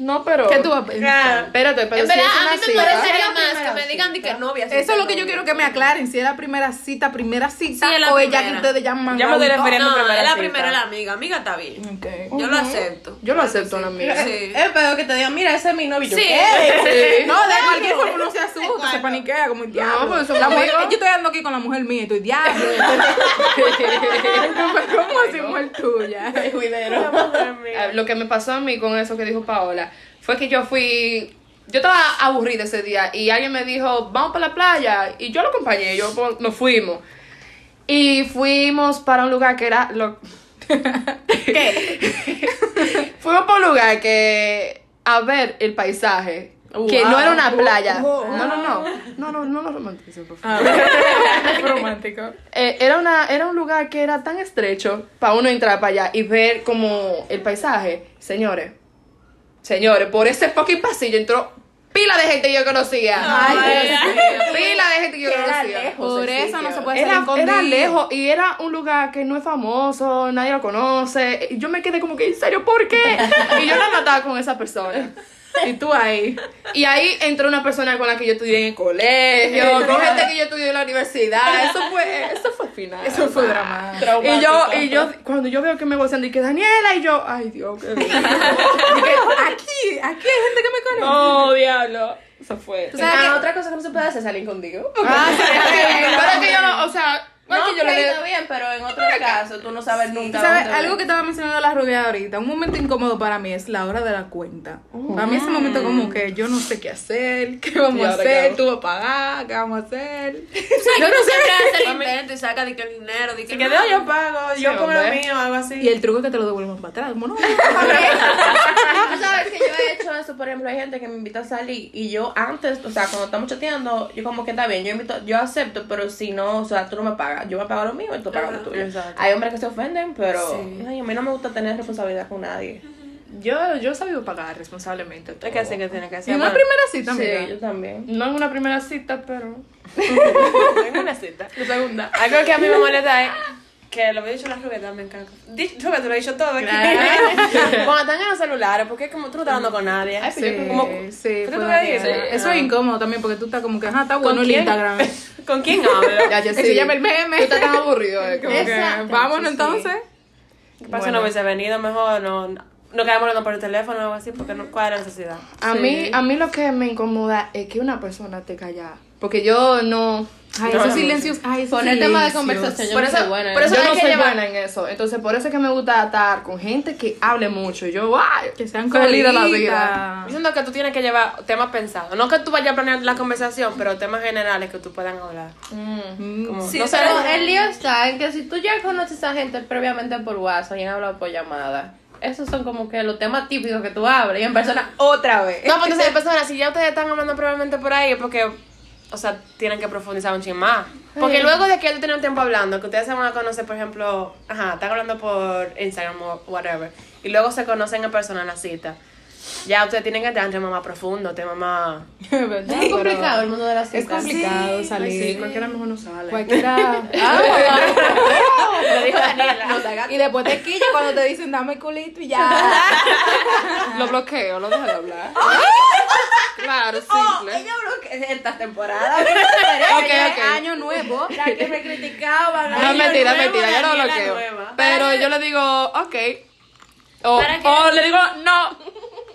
A: No, pero.
B: ¿Qué tú vas a pensar?
A: Espérate, pero
D: En
A: si
D: verdad,
A: es
D: a
A: una
D: mí me
A: cita.
D: parecería
C: Es la
D: más que
C: primera
D: me digan di que novia. si
B: Eso es lo que
D: novia.
B: yo quiero que me aclaren. Si es la primera cita, primera cita,
D: Sí, es la
B: o es ya
D: primera.
B: que ustedes llaman.
E: Ya me estoy refiriendo a
D: No,
E: primera
D: es la
E: cita.
D: primera la amiga. Amiga está bien.
B: Ok.
D: Yo lo acepto.
A: Yo lo acepto una amiga.
D: Sí.
C: Es peor que te digan, mira, ese es mi novio. Yo,
D: Sí.
C: ¿qué?
A: Sí.
B: No, de cualquier forma uno se asusta, se paniquea, como el diablo.
A: pues somos
B: La mujer-
A: amigos.
B: yo estoy andando aquí con la mujer mía y estoy diablo. ¿Cómo así mujer tuya?
A: Eh, Lo que me pasó a mí con eso que dijo Paola fue que yo fui. Yo estaba aburrida ese día y alguien me dijo, vamos para la playa. Y yo lo acompañé, yo pues, nos fuimos. Y fuimos para un lugar que era. Lo... ¿Qué? fuimos para un lugar que. A ver el paisaje. Que no era una playa. No, no, no. No, no, no lo romantizo, por favor.
B: Ah. romántico.
A: Eh, era, una, era un lugar que era tan estrecho para uno entrar para allá y ver como el paisaje. Señores, señores, por ese fucking pasillo entró Pila de gente que yo conocía.
C: Ay,
A: Pila de gente que yo
C: Que era
A: conocía.
C: lejos.
B: Por
C: el
B: eso no
C: sitio.
B: Pues se puede
A: Era,
B: salir con
A: era
B: Dios.
A: lejos y era un lugar que no es famoso, nadie lo conoce. Y yo me quedé como que, ¿en serio? ¿Por qué? Y yo la mataba con esa persona.
B: Y tú ahí.
A: Y ahí entró una persona con la que yo estudié en el colegio, con gente que yo estudié en la universidad. Eso fue, eso fue final.
B: Eso fue dramático.
A: Y yo, y yo, cuando yo veo que me gozan, dije, Daniela, y yo, ay Dios, qué
B: Porque aquí, aquí hay gente que me conoce.
E: Oh, diablo. Eso fue.
C: O sea, Ah, otra cosa que no se puede hacer es salir contigo.
A: Ah, sí, es que- pero es que yo no, o sea, no es que yo le
C: no, ok,
A: dé-
C: está bien, pero en otros casos tú no sabes nunca.
B: ¿Sabes?
C: dónde-
B: Algo que estaba mencionando la rubia ahorita, un momento incómodo para mí es la hora de la cuenta.
A: Oh.
B: Para mí ese momento como que yo no sé qué hacer, qué vamos a
A: ahora qué
B: hacer,
A: hago?
B: tú vas a pagar, qué vamos a hacer.
D: Yo no siempre hace el intento y saca de que el dinero, de que
E: Que
D: no.
E: no, yo pago, yo pongo lo
A: hombre.
E: mío, algo así.
B: Y el truco es que te lo devuelvan para atrás, mono.
C: Tú sabes que yo he hecho eso, por ejemplo, hay gente que me invita a salir y yo antes, o sea, cuando estamos chateando, yo como que está bien, yo invito, yo acepto, pero si no, o sea, tú no me pagas, yo me pago lo mío y tú pagas lo tuyo. Hay hombres que se ofenden, pero ay, a mí no me gusta tener responsabilidad con nadie.
A: Yo, yo he sabido pagar responsablemente.
E: Es
A: todo.
E: que así que tiene que
B: En
E: ser.
B: una primera cita,
C: Sí,
B: amiga.
C: yo también.
A: No en una primera cita, pero.
E: Tengo una cita. La segunda. Algo que a mí me molesta es que lo había dicho la rubia también. que- Di- Rubia, tú lo has dicho todo aquí. Cuando están en los celulares, porque es como tú no estás hablando con nadie.
A: pero yo
E: como,
B: Sí, sí, Ah.
E: ¿Tú
B: fue
E: te
B: una
E: ves?
B: tierra.
E: Sí.
B: Eso es incómodo también porque tú estás como que, ajá, está bueno el
E: quién?
B: Instagram.
E: ¿Con quién hablo?
A: Ya, yo
B: Que
A: sí.
B: se llama el meme.
A: Tú estás tan aburrido, eh, como
B: Como que,
A: que-
B: vámonos entonces.
E: ¿Qué pasa? No hubiese venido mejor, no, no quedamos hablando por el teléfono o algo así, porque no, ¿cuál era la necesidad?
A: A mí, a mí lo que me incomoda es que una persona te calla. Porque yo no.
B: Ay, esos silencios. Ay, esos
C: Poner tema de
B: silencios.
C: conversación, yo
A: por
C: no
A: eso,
C: soy buena.
A: por eso
C: Yo
A: hay
C: no
A: que
C: soy
A: llevar-
C: buena.
A: en eso. Entonces, por eso es que me gusta estar con gente que hable mucho. Y yo, ¡ay!
B: Que sean
A: feliz de
B: colitas.
A: la vida.
B: Ah.
E: Diciendo que tú tienes que llevar temas pensados. No que tú vayas a planear la conversación, pero temas generales que tú puedan hablar. Como,
C: Sí,
E: no sé,
C: pero el lío está en que si tú ya conoces a gente previamente por WhatsApp y han hablado por llamada, esos son como que los temas típicos que tú abres y en persona otra vez.
E: No, pues entonces, hay personas, si ya ustedes están hablando probablemente por ahí, es porque, o sea, tienen que profundizar un ching más. Porque luego de que ya tú tienes un tiempo hablando, que ustedes se van a conocer, por ejemplo, ajá, están hablando por Instagram o whatever, y luego se conocen en persona en la cita, ya ustedes tienen que entrar en temas más profundos, temas más...
C: es complicado el mundo de las citas.
B: Es complicado salir.
A: Sí, cualquiera mejor no sale.
B: Cualquiera.
A: Ah,
E: Lo dijo Daniela.
B: y después te quilla cuando te dicen dame culito y ya.
A: Lo bloqueo, lo dejo de hablar. claro, simple.
C: Yo creo que esta temporada
A: ok,
B: Ya es
A: ok.
B: Año nuevo.
C: que me criticaban.
A: No, es mentira, es
E: nuevo,
A: mentira, yo no lo
E: Daniela
A: bloqueo.
E: nueva.
A: Pero yo le digo, ok. O,
D: ¿Para qué?
A: o le digo, no.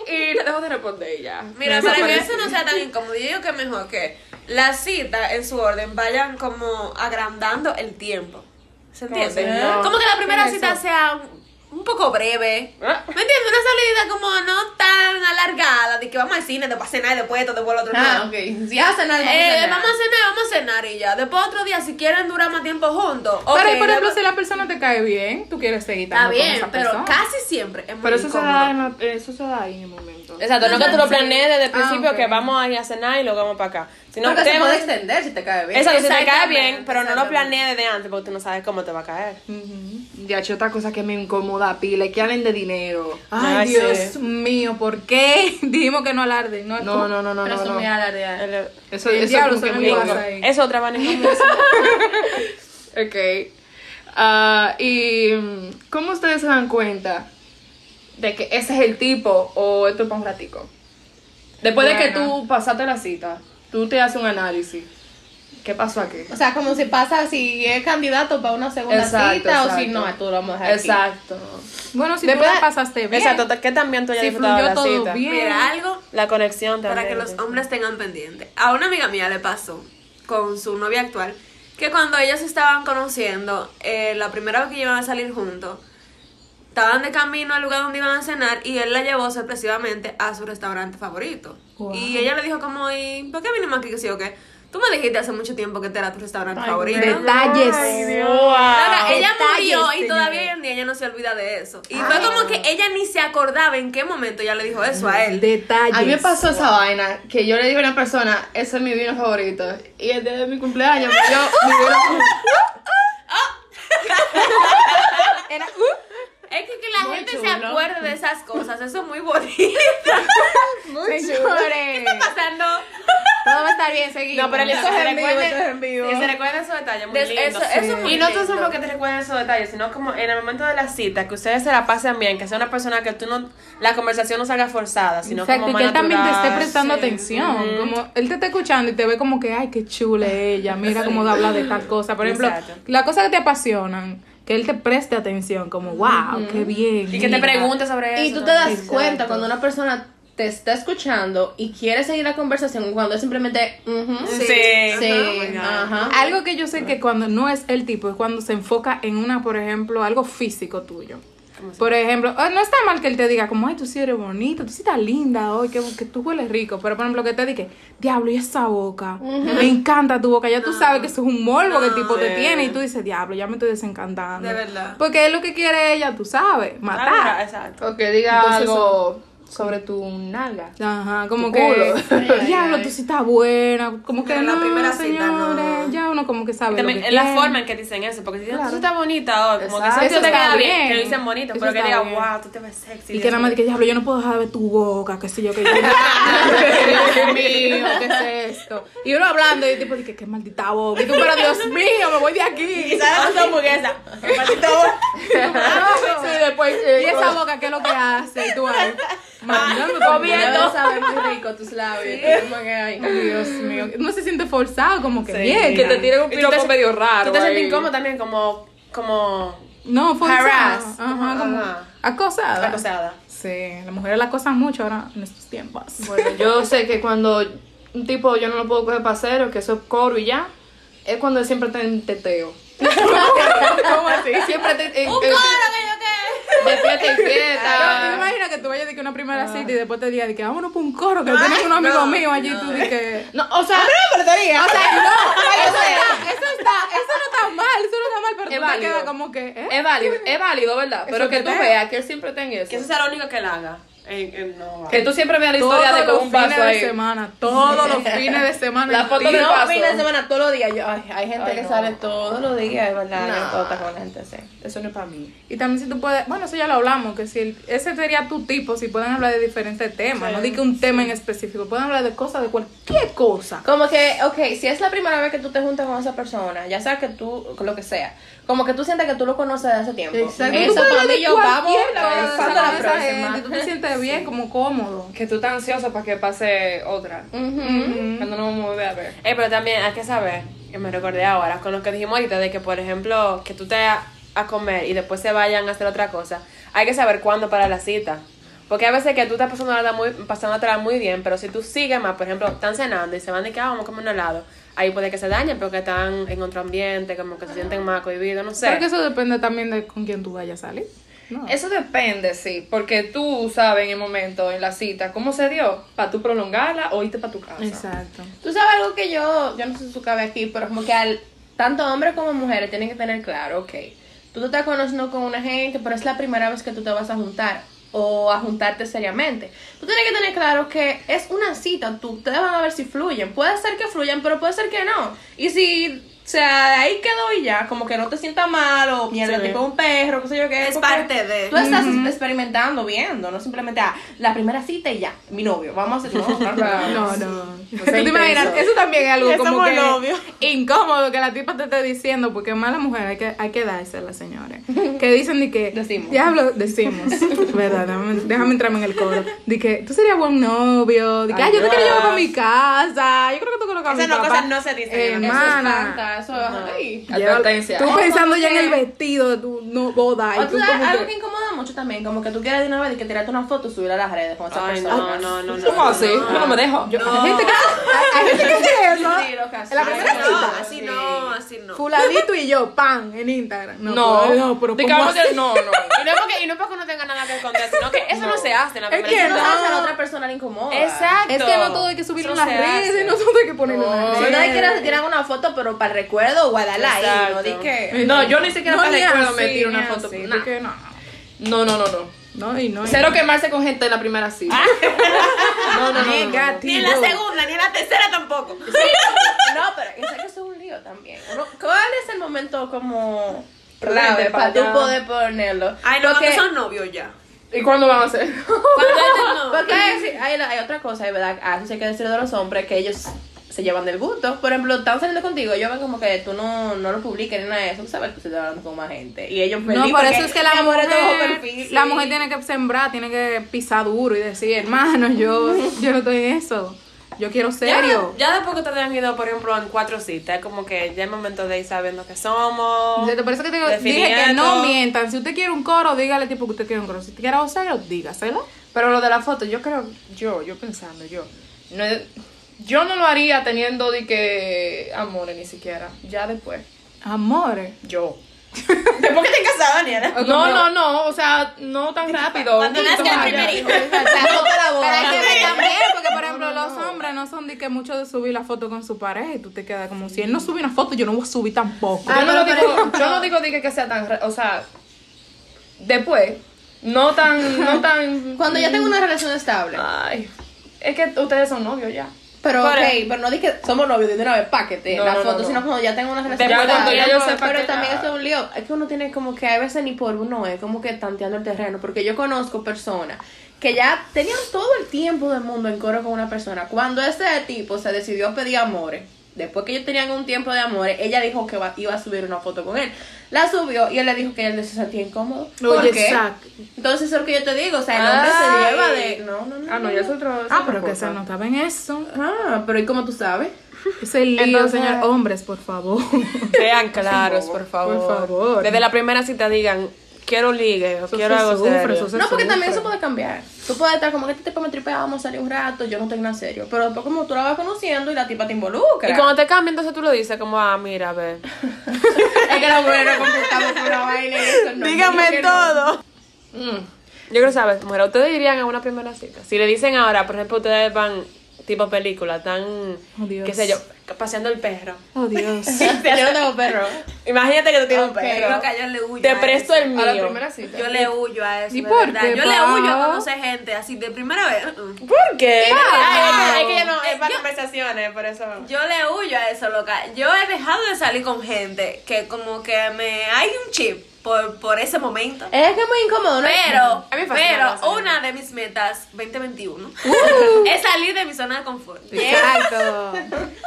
A: Y le dejo de responder y ya.
D: Mira, para que eso no sea tan incómodo, yo digo que mejor que las citas en su orden vayan como agrandando el tiempo. ¿Se entiende? Como que la primera cita sea un, un poco breve. ¿Me entiendes? Una salida como no tan alargada, de que vamos al cine, después a cenar y después esto, después lo otro.
C: Ah,
D: no.
C: ok. Si hacen algo.
D: Eh, vamos a cenar, vamos a cenar y ya. Después otro día, si quieren durar más tiempo juntos.
B: pero
D: ok,
B: por ejemplo,
D: luego-
B: si la persona te cae bien, tú quieres seguir
D: Está
B: estando
D: bien,
B: con esa
D: pero
B: persona.
D: casi siempre es muy
A: Pero eso se,
D: incómodo.
A: da en la- eso se da ahí en el momento.
E: Exacto, no que tú lo planees desde el principio,
B: ok.
E: que vamos a ir a cenar y luego vamos para acá. Sino
C: Porque se
E: temas-
C: puede extender si te cae bien.
E: Exacto, si te cae
D: Exactamente,
E: bien, pero no lo planees desde antes, porque tú no sabes cómo te va a caer.
A: Ya, hecho otra cosa que me incomoda, pila, es que hablen de dinero.
B: Ay,
E: Ay,
B: Dios
E: sí.
B: mío, ¿por qué? Dijimos que no alarden. No,
A: No, no, no, no, no. no.
C: Presumir a la realidad.
E: El-
A: Eso,
B: El
A: eso
B: diablo
A: como que
B: se
A: me
B: lo
A: incomoda.
B: lleva. Ahí.
E: Es otra manera.
A: Ok. Ah, y mm, ¿cómo ustedes se dan cuenta de que ese es el tipo o esto es para un ratico? Después de que tú pasaste la cita, tú te haces un análisis. ¿Qué pasó aquí?
C: O sea, como si pasa si es candidato para una segunda
A: Exacto,
C: cita o si
A: exacto.
C: no, tú lo vamos a dejar aquí.
A: Exacto.
B: Bueno, si
E: Después-
B: tú la pasaste bien.
E: Exacto, ta- que también tú hayas
B: Si
E: disfrutado
B: fluyó
E: la
B: todo
E: cita.
B: bien.
D: Mira, algo
E: La conexión también.
D: para que los hombres tengan pendiente. A una amiga mía le pasó con su novia actual que cuando ellos se estaban conociendo, eh, la primera vez que iban a salir juntos, estaban de camino al lugar donde iban a cenar y él la llevó sorpresivamente a su restaurante favorito. Y ella le dijo como, ¿y por qué vinimos aquí? Que sí o qué. Tú me dijiste hace mucho tiempo que este era tu restaurante favorito.
B: Detalles.
D: Ahora, ella
B: Detalles,
D: murió y
B: señores.
D: todavía hoy en día ella no se olvida de eso. Y fue como que ella ni se acordaba en qué momento ella le dijo eso a él.
B: Detalles.
A: A mí me pasó esa vaina que yo le digo a una persona, ese es mi vino favorito. Y el día de mi cumpleaños me dio mi vino favorito.
D: Es que, que la la gente se acuerde de esas cosas. Eso es muy bonito.
B: Señores,
D: pasando.
B: todo va a estar bien, seguimos.
E: No, pero les-
F: Esto es en vivo,
E: recuerden-
F: esto es en vivo.
E: Y se recuerda esos detalles, muy
D: Des-
E: lindo.
D: eso- eso es muy
E: y no solo
D: lindo.
E: solo que te recuerden esos detalles, sino como en el momento de la cita, que ustedes se la pasen bien, que sea una persona que tú no, la conversación no salga forzada, sino
B: Exacto,
E: como
B: y
E: más
B: que él también te esté
E: natural.
B: prestando atención. Como él te está escuchando y te ve como que, ay, qué chula ella, mira cómo habla de tal cosa. Por ejemplo,
E: Exacto.
B: las cosas que te apasionan, que él te preste atención, como, wow, qué bien.
E: Y que te
B: mira".
E: pregunte sobre eso.
C: Y tú te das cuenta cuando una persona te está escuchando y quiere seguir la conversación cuando es simplemente ujú,
E: Sí. Oh
C: sí, ajá.
B: Algo que yo sé que cuando no es el tipo es cuando se enfoca en una, por ejemplo, algo físico tuyo. Por ejemplo, oh, no está mal que él te diga como, ay, tú sí eres bonita, tú sí estás linda hoy, que, que tú hueles rico. Pero, por ejemplo, que te diga, diablo, y esa boca, me encanta tu boca. Ya tú sabes que eso es un morbo que el tipo te tiene y tú dices, diablo, ya me estoy desencantando.
D: De verdad.
B: Porque es lo que quiere ella, tú sabes,
E: Ah,
B: matar.
E: exacto.
A: O que diga
B: Entonces,
A: algo sobre tu nalga.
B: Ajá, como
A: Tu
B: que,
A: culo.
B: diablo, tú sí estás buena. Como que
D: Pero en la
B: no,
D: primera cita,
B: señores,
D: no.
B: ya uno como que sabe lo
E: También
B: que
E: en la
B: quiere.
E: forma en que dicen eso, porque si dicen, tú estás bonita, o como que
A: Exacto.
E: eso
B: Eso
E: te
B: está
E: queda bien,
B: bien.
E: que lo dicen bonito,
B: Eso
E: pero que
B: está
E: diga,
B: bien.
E: wow, tú te ves sexy.
B: Y que nada más de que diablo, yo no puedo dejar de ver tu boca, qué sé yo, que yo. Dios mío, ¿qué es esto? Y uno hablando y tipo, de que qué maldita boca. Y tú, pero Dios mío, me voy de aquí.
E: Quizás hamburguesa.
A: Ah,
B: Sí, después, eh, y esa boca, ¿qué es lo que hace? Y tú ahí, mandando comiendo.
C: sabe muy rico tus labios. como que, ay.
B: Dios mío, no se siente forzado, como que bien.
A: Que te tiren un
E: Y tú te
A: piropo
E: sen-
A: medio raro.
E: Tú te sientes
B: eh.
A: ahí.
E: incómodo también, como, como
B: No, forzado.
E: Harass.
B: Ajá, como
E: Ajá.
B: acosada.
E: acosada.
B: Sí, las mujeres la acosan mucho ahora en estos tiempos.
A: Bueno, yo sé que cuando un tipo yo no lo puedo coger para cero, que eso es coro y ya, es cuando él siempre está en teteo.
B: ¿Cómo así?
A: Siempre está en, en- de fiesta en
B: Ah, Yo me
A: fiesta.
B: imagino que tú vayas de que una primera cita y después te diga de que vámonos por un coro, que tienes unos amigos míos allí y tú de que.
A: No, o sea,
B: O sea, no, eso está, eso está, eso no está mal, eso no está mal, pero
A: Es
B: tú te
A: válido.
B: quedas como que, ¿eh?
A: es válido, es válido, ¿verdad? Pero que tú
B: teteo.
A: veas que él siempre está en
E: Que eso
A: eso.
E: sea lo único que él haga. Eh, eh, no,
A: Que tú siempre veas la historia
B: Todos
A: de
B: los
A: con un
B: fines
A: vaso
B: de
A: ahí.
B: semana, todos los fines de semana.
A: La
B: en
A: foto
B: ti.
A: del
C: No,
A: paso.
C: fin de semana, todos los días. Yo, ay, hay gente que sale todos los días, es verdad. Yo puedo estar con la gente así.
A: Eso no es para mí.
B: Y también si tú puedes, bueno, eso ya lo hablamos, que si el- ese sería tu tipo, si pueden hablar de diferentes temas, no di que un tema en específico, pueden hablar de cosas, de cualquier cosa.
C: Como que, ok, si es la primera vez que tú te juntas con esa persona, ya sea que tú, lo que sea, como que tú sientes que tú lo conoces de hace tiempo.
B: Exacto.
C: Eso para mí yo vamos
B: vamos eh,
C: pasando a la
B: esa
C: próxima.
B: gente, tú te sientes bien, como cómodo.
A: Que tú estás ansioso para que pase otra. Cuando no vamos a volver a ver.
E: Eh, pero también hay que saber, que me recordé ahora, con lo que dijimos ahorita, de que, por ejemplo, que tú te a, a comer y después se vayan a hacer otra cosa, hay que saber cuándo para la cita. Porque a veces que tú estás pasándola muy, pasándotela muy bien, pero si tú sigues más, por ejemplo, están cenando y se van de que "Ah, vamos a comer un helado, ahí puede que se dañen porque están en otro ambiente, como que se sienten más cohibidos, no sé.
B: Creo que eso depende también de con quién tú vayas a salir. No.
A: Eso depende, sí, porque tú sabes en el momento, en la cita, cómo se dio, para tú prolongarla o irte para tu casa.
B: Exacto.
C: Tú sabes algo que yo, yo no sé si tú cabe aquí, pero como que al, tanto hombres como mujeres tienen que tener claro, ok, tú te estás conociendo con una gente, pero es la primera vez que tú te vas a juntar o a juntarte seriamente. Tú tienes que tener claro que es una cita, tú, ustedes van a ver si fluyen. Puede ser que fluyan, pero puede ser que no. Y si, o sea, ahí quedó y ya, como que no te sientas mal o mierda, tipo un perro, qué sé yo qué.
D: Es
C: porque
D: parte de.
C: Tú estás experimentando, viendo, no simplemente ah, la primera cita y ya, mi novio, vamos a hacer no, no,
B: No,
C: no.
B: no. ¿Tú te imaginas? Eso también es algo como que incómodo que la tipa te esté diciendo, porque más la mujer hay que, hay que dársela, señores. Que dicen de que.
C: Decimos.
B: Diablo, decimos. ¿Verdad? Déjame, déjame entrarme en el coro. De que tú serías buen novio. De que, ay, yo te quiero llevar para mi casa. Yo creo que tú colocas a mi
E: Esas no,
B: papá. eh,
E: cosas no se dicen.
B: Hermana.
C: Tanta, eso ay.
B: Ya,
A: Advertencia.
B: Tú pensando ya en el
C: que-
B: vestido de tu no, boda.
C: O
B: Y
C: tú
B: tú
C: sabes,
B: como
C: algo
B: que-
C: que incomoda mucho también, como que tú quieras de una vez y que tirarte una foto y subirla a las redes con esa
E: Ay,
C: persona.
E: no, no, no, no.
A: ¿Cómo
E: no,
A: así?
E: no.
A: Yo no me dejo.
B: Hay gente que, hay, hay gente que hace eso.
C: Sí, loca, sí.
B: En la primera
C: Ay,
D: No,
B: cita.
D: así no, así no.
B: Fulanito y yo, pan, en Instagram. No,
A: no,
B: pero- no, pero
A: De que
B: ¿cómo
A: vamos a
B: así?
A: hacer- no, no.
E: Y no, porque, y no porque uno tenga nada que esconder, sino que eso no, se hace en la
B: Es
E: primera
B: que
E: cita.
C: Tú no
B: no.
C: sabes a la otra persona le incomoda.
E: Exacto.
B: Es que no todo hay que subirlo en
E: Eso
B: las
E: no se hace.
B: redes, no todo hay que ponerlo en las
C: Si
B: redes.
C: nadie quiere se tiran una foto, pero para el recuerdo, guadalá ahí, no
E: Exacto.
C: di que...
A: No, yo ni siquiera para
B: ni
A: recuerdo
B: así,
A: me tiro
B: ni
A: una foto.
B: así,
A: Nah.
B: porque no.
A: No, no, no, no. Ah.
B: No, y no. y
A: Cero quemarse con gente en la primera cita. No, no, no, no, no, no.
B: Negativo.
D: Ni en la segunda, ni en la tercera tampoco.
C: No, pero es que eso es un lío también. Uno- ¿Cuál es el momento como clave para tú
A: para-
C: poder ponerlo.
D: Ay, no,
C: porque,
D: porque son novios ya.
A: ¿Y cuándo van a ser?
D: Cuando es de no-
C: porque hay, hay- hay otra cosa, es verdad, ah, eso sí hay que decir de los hombres, que ellos se llevan del gusto. Por ejemplo, están saliendo contigo, ellos ven como que tú no, no lo publiques ni nada de eso, tú sabes que tú estás hablando con más gente. Y ellos
B: No,
C: feliz
B: por
C: porque,
B: eso es que la
C: "Mi amor,
B: mujer,
C: esto es bajo perfil",
B: la
C: sí.
B: mujer tiene que sembrar, tiene que pisar duro y decir, hermano, yo, yo no estoy en eso. Yo quiero
E: Ya,
B: serio.
E: ya después que ustedes han ido, por ejemplo, en cuatro citas, es como que ya es momento de ir sabiendo que somos.
B: Entonces, Por eso que te digo,
E: definiendo.
B: dije que no mientan. Si usted quiere un coro, dígale tipo que usted quiere un coro. Si usted quiere algo serio, dígaselo.
A: Pero lo de la foto, yo creo, yo, yo pensando, yo, no, yo no lo haría teniendo de que amores ni siquiera, ya después,
B: Amores.
A: yo.
C: Después que te has casado, Daniela.
A: No, no, no, o sea, no tan rápido.
D: Cuando
A: un poquito
D: nazca el
A: más
D: primer
A: allá.
D: hijo.
B: Pero hay que ver también, porque por ejemplo, los hombres no son de que mucho de subir la foto con su pareja y tú te quedas como si él no sube una foto, yo no voy a subir tampoco.
A: Yo
E: Ah,
A: Ah, no lo digo, yo no digo de que, que sea tan, ra- o sea, después, no tan, no tan,
C: Cuando ya tengo una relación estable.
A: ay, es que ustedes son novios ya.
C: Pero, ok, pero no dije somos novios de una vez, paquete,
A: No,
C: la
A: no,
C: foto,
A: no, no.
C: sino cuando ya tengo una relación.
A: Después,
C: estable.
A: cuando ya yo sepa
C: Pero
A: que
C: también
A: ya-
C: esto es un lío. Es que uno tiene como que a veces ni por uno es como que tanteando el terreno. Porque yo conozco personas que ya tenían todo el tiempo del mundo en coro con una persona. Cuando ese tipo se decidió a pedir amores. Después que ellos tenían un tiempo de amores, ella dijo que va- iba a subir una foto con él. La subió y él le dijo que él se sentía incómodo. ¿Por
B: Oye,
C: qué?
B: Zac.
C: Entonces, eso es lo que yo te digo. O sea, el hombre
D: Ay.
C: se lleva de. No, no, no.
A: Ah, no, ya es otro. es
B: Ah,
A: otra
B: pero que
A: cosa.
B: se notaba en eso.
C: Ah, pero ¿y cómo tú sabes?
B: Es el lío,
E: Entonces-
B: señor. Hombres, por favor.
E: Sean claros, por favor.
B: Por favor.
E: Desde la primera cita digan, quiero ligue, o
B: Eso
E: quiero
B: se
E: algo
B: sufre,
E: serio.
B: eso se
C: No, porque
B: sufre.
C: también eso puede cambiar. Tú puedes estar como que este tipo me tripea, vamos a salir un rato, yo no estoy nada serio. Pero después como tú la vas conociendo y la tipa te involucra.
E: Y cuando te cambia, entonces tú lo dices como, ah, mira, a ver.
C: es que la mujer no contestamos por la vaina y eso no. Yo
E: Dígame
C: digo que no.
E: todo. Yo quiero saber, mujer, ¿ustedes dirían a una primera cita? Si le dicen ahora, por ejemplo, ustedes van tipo película, tan,
B: Oh, Dios.
E: qué sé yo, paseando el perro.
B: Oh, Dios.
C: Yo no tengo perro.
E: Imagínate que tú tienes
C: Ok,
E: un
D: Yo creo
E: perro.
D: que a yo le huyo.
E: Te
D: a
E: presto
D: eso.
E: el
A: A la
E: mío.
A: primera cita.
D: Yo le huyo a eso.
B: ¿Y
D: de
B: por
D: verdad.
B: qué,
D: Yo le huyo a
B: pa?
D: conocer gente así de primera vez. uh, uh.
E: ¿Por qué? Ay, es que- es que ya no,
D: Yo-
E: es para conversaciones, por eso.
D: Yo le huyo a eso, loca. Yo he dejado de salir con gente que como que me hay un chip por, por ese momento.
C: Es que es muy incómodo, ¿no?
E: Eh,
D: Pero,
E: A mí me fascina
D: pero
E: eso.
D: una de mis metas 2021
E: Uh.
D: es salir de mi zona de confort.
B: Exacto.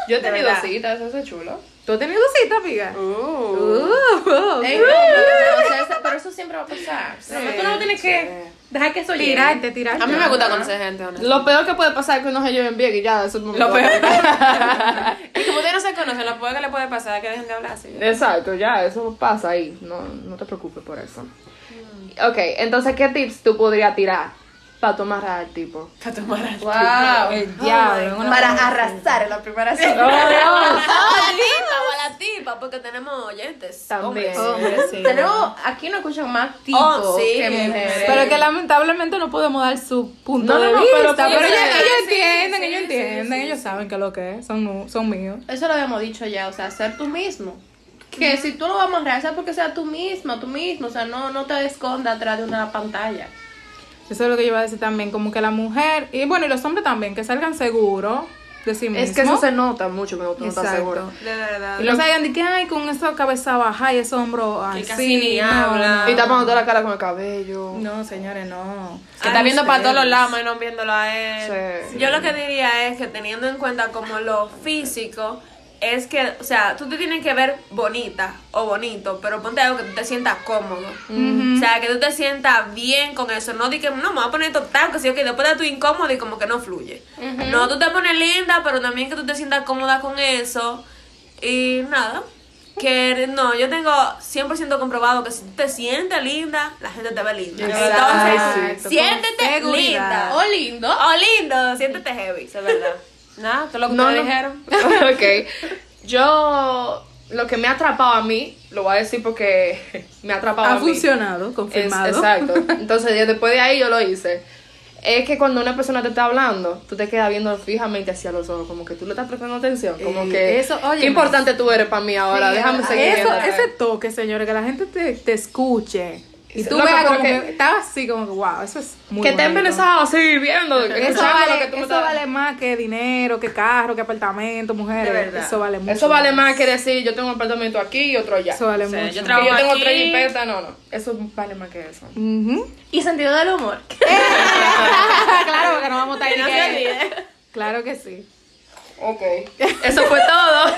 A: Yo he tenido
B: verdad.
A: citas, eso es chulo.
B: ¿Tú has tenido cita, amiga? Uh,
C: Es incómodo, pero, o sea, esa- pero eso siempre va a pasar. Pero tú no tienes que dejar que eso llegue.
B: tirarte, tirarte.
E: A mí me gusta conocer gente, honestamente.
A: Lo peor que puede pasar es que no se lleven bien y ya, eso es Lo
E: Y como ustedes no se conocen, lo peor que le puede pasar es que dejen de hablar así.
A: Exacto, ya, eso pasa ahí. No, no te preocupes por eso. Ok, entonces, ¿qué tips tú podrías tirar para tomar al tipo?
E: Para tomar algo.
C: Wow.
B: El diablo. en una-
C: Para arrasar en la primera cita.
D: Ah, tipa, o a la tipa, porque tenemos oyentes.
A: También.
B: Hombre, sí.
C: Pero aquí no escuchan más tipos
D: Oh, sí.
C: que mujeres.
B: Pero que lamentablemente no podemos dar su punto
A: No, no,
B: de
A: no,
B: vista.
A: pero
B: Pero,
A: sí,
B: ellos,
A: sí,
B: ellos
D: sí,
B: entienden,
D: sí,
B: ellos
D: sí,
B: entienden,
D: sí,
B: ellos saben que lo que es, son, son míos.
C: Eso lo habíamos dicho ya, o sea, ser tú mismo. Que si tú lo vamos a realizar porque sea tú misma, tú mismo, o sea, no, no te escondas atrás de una pantalla.
B: Eso es lo que yo iba a decir también, como que la mujer, y bueno, y los hombres también, que salgan seguros de sí mismos.
A: Es que eso se nota mucho cuando tú no estás
B: Exacto.
A: seguro.
D: De verdad.
B: Y no salgan de que, ay, con esa cabeza baja y ese hombro así.
E: casi ni
B: no,
E: habla.
B: no.
A: Y tapándote la cara con el cabello.
B: No, señores, no.
E: Que está viendo para todos los lados, y no viéndolo a él.
A: Sí.
D: Yo lo que diría es que teniendo en cuenta como lo físico, es que, o sea, tú te tienes que ver bonita o bonito, pero ponte algo que tú te sientas cómodo. O sea, que tú te sientas bien con eso. No di que, no, me voy a poner total, que sí, que después de tú incómodo y como que no fluye. No, tú te pones linda, pero también que tú te sientas cómoda con eso. Y nada. Que no, yo tengo 100% comprobado que si tú te sientes linda, la gente te ve linda. Entonces,
B: Exacto, con
D: siéntete
B: seguridad.
D: linda.
C: O lindo.
D: Oh, lindo, siéntete heavy.
E: Eso es verdad. Nada, todo lo que
A: No,
E: ustedes
A: no.
E: dijeron.
A: ok. Yo, lo que me ha atrapado a mí, lo voy a decir porque me ha atrapado
B: Ha
A: a mí.
B: funcionado,
A: Es-
B: confirmado.
A: exacto. Entonces, ya después de ahí yo lo hice. Es que cuando una persona te está hablando, tú te quedas viendo fijamente hacia los ojos, como que tú le estás prestando atención, como
B: Eh,
A: que
B: eso, oye, ah,
A: qué importante tú eres para mí ahora, déjame seguir.
B: Eso,
A: viéndote.
B: ese toque, señores, que la gente te, te escuche. Y tú
A: Loco,
B: veas
A: pero
B: como que,
A: que-
B: estaba así como que, wow, eso es muy
A: que te
B: bonito.
A: embelesado seguir viendo,
B: Eso
A: escuchando lo
B: vale,
A: que tú me
B: eso
A: estás-
B: vale más que dinero, que carro, que apartamento, mujeres.
G: De verdad.
B: Eso vale mucho.
A: Eso vale más que decir yo tengo un apartamento aquí y otro allá.
B: Eso vale
G: O sea,
B: mucho.
G: yo
A: Que
G: trabajo
A: yo tengo
G: aquí.
A: tres jipetas, no, no. Eso vale más que eso.
B: Ujú. Eh,
C: Y sentido del humor.
B: claro, porque no vamos a estar ahí que- Claro que sí.
A: Ok. Eso fue todo.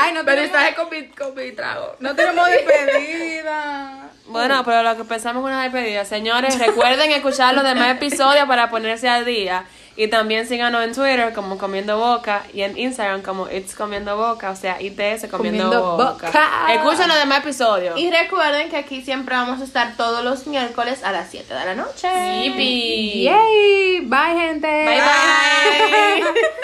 B: Ay, no
A: Pero
B: tenemos,
A: estás con mi, con mi trago.
B: no tenemos despedida.
D: Bueno, pero lo que pensamos es una despedida. Señores, recuerden escuchar los demás episodios para ponerse al día. Y también síganos en Twitter como Comiendo Boca y en Instagram como It's Comiendo Boca, o sea, ITS Comiendo,
B: Comiendo
D: Boca.
B: Boca.
D: Escuchen los demás episodios.
C: Y recuerden que aquí siempre vamos a estar todos los miércoles a las 7 de la noche.
D: Yipi.
B: Yay. Bye, gente.
D: Bye bye.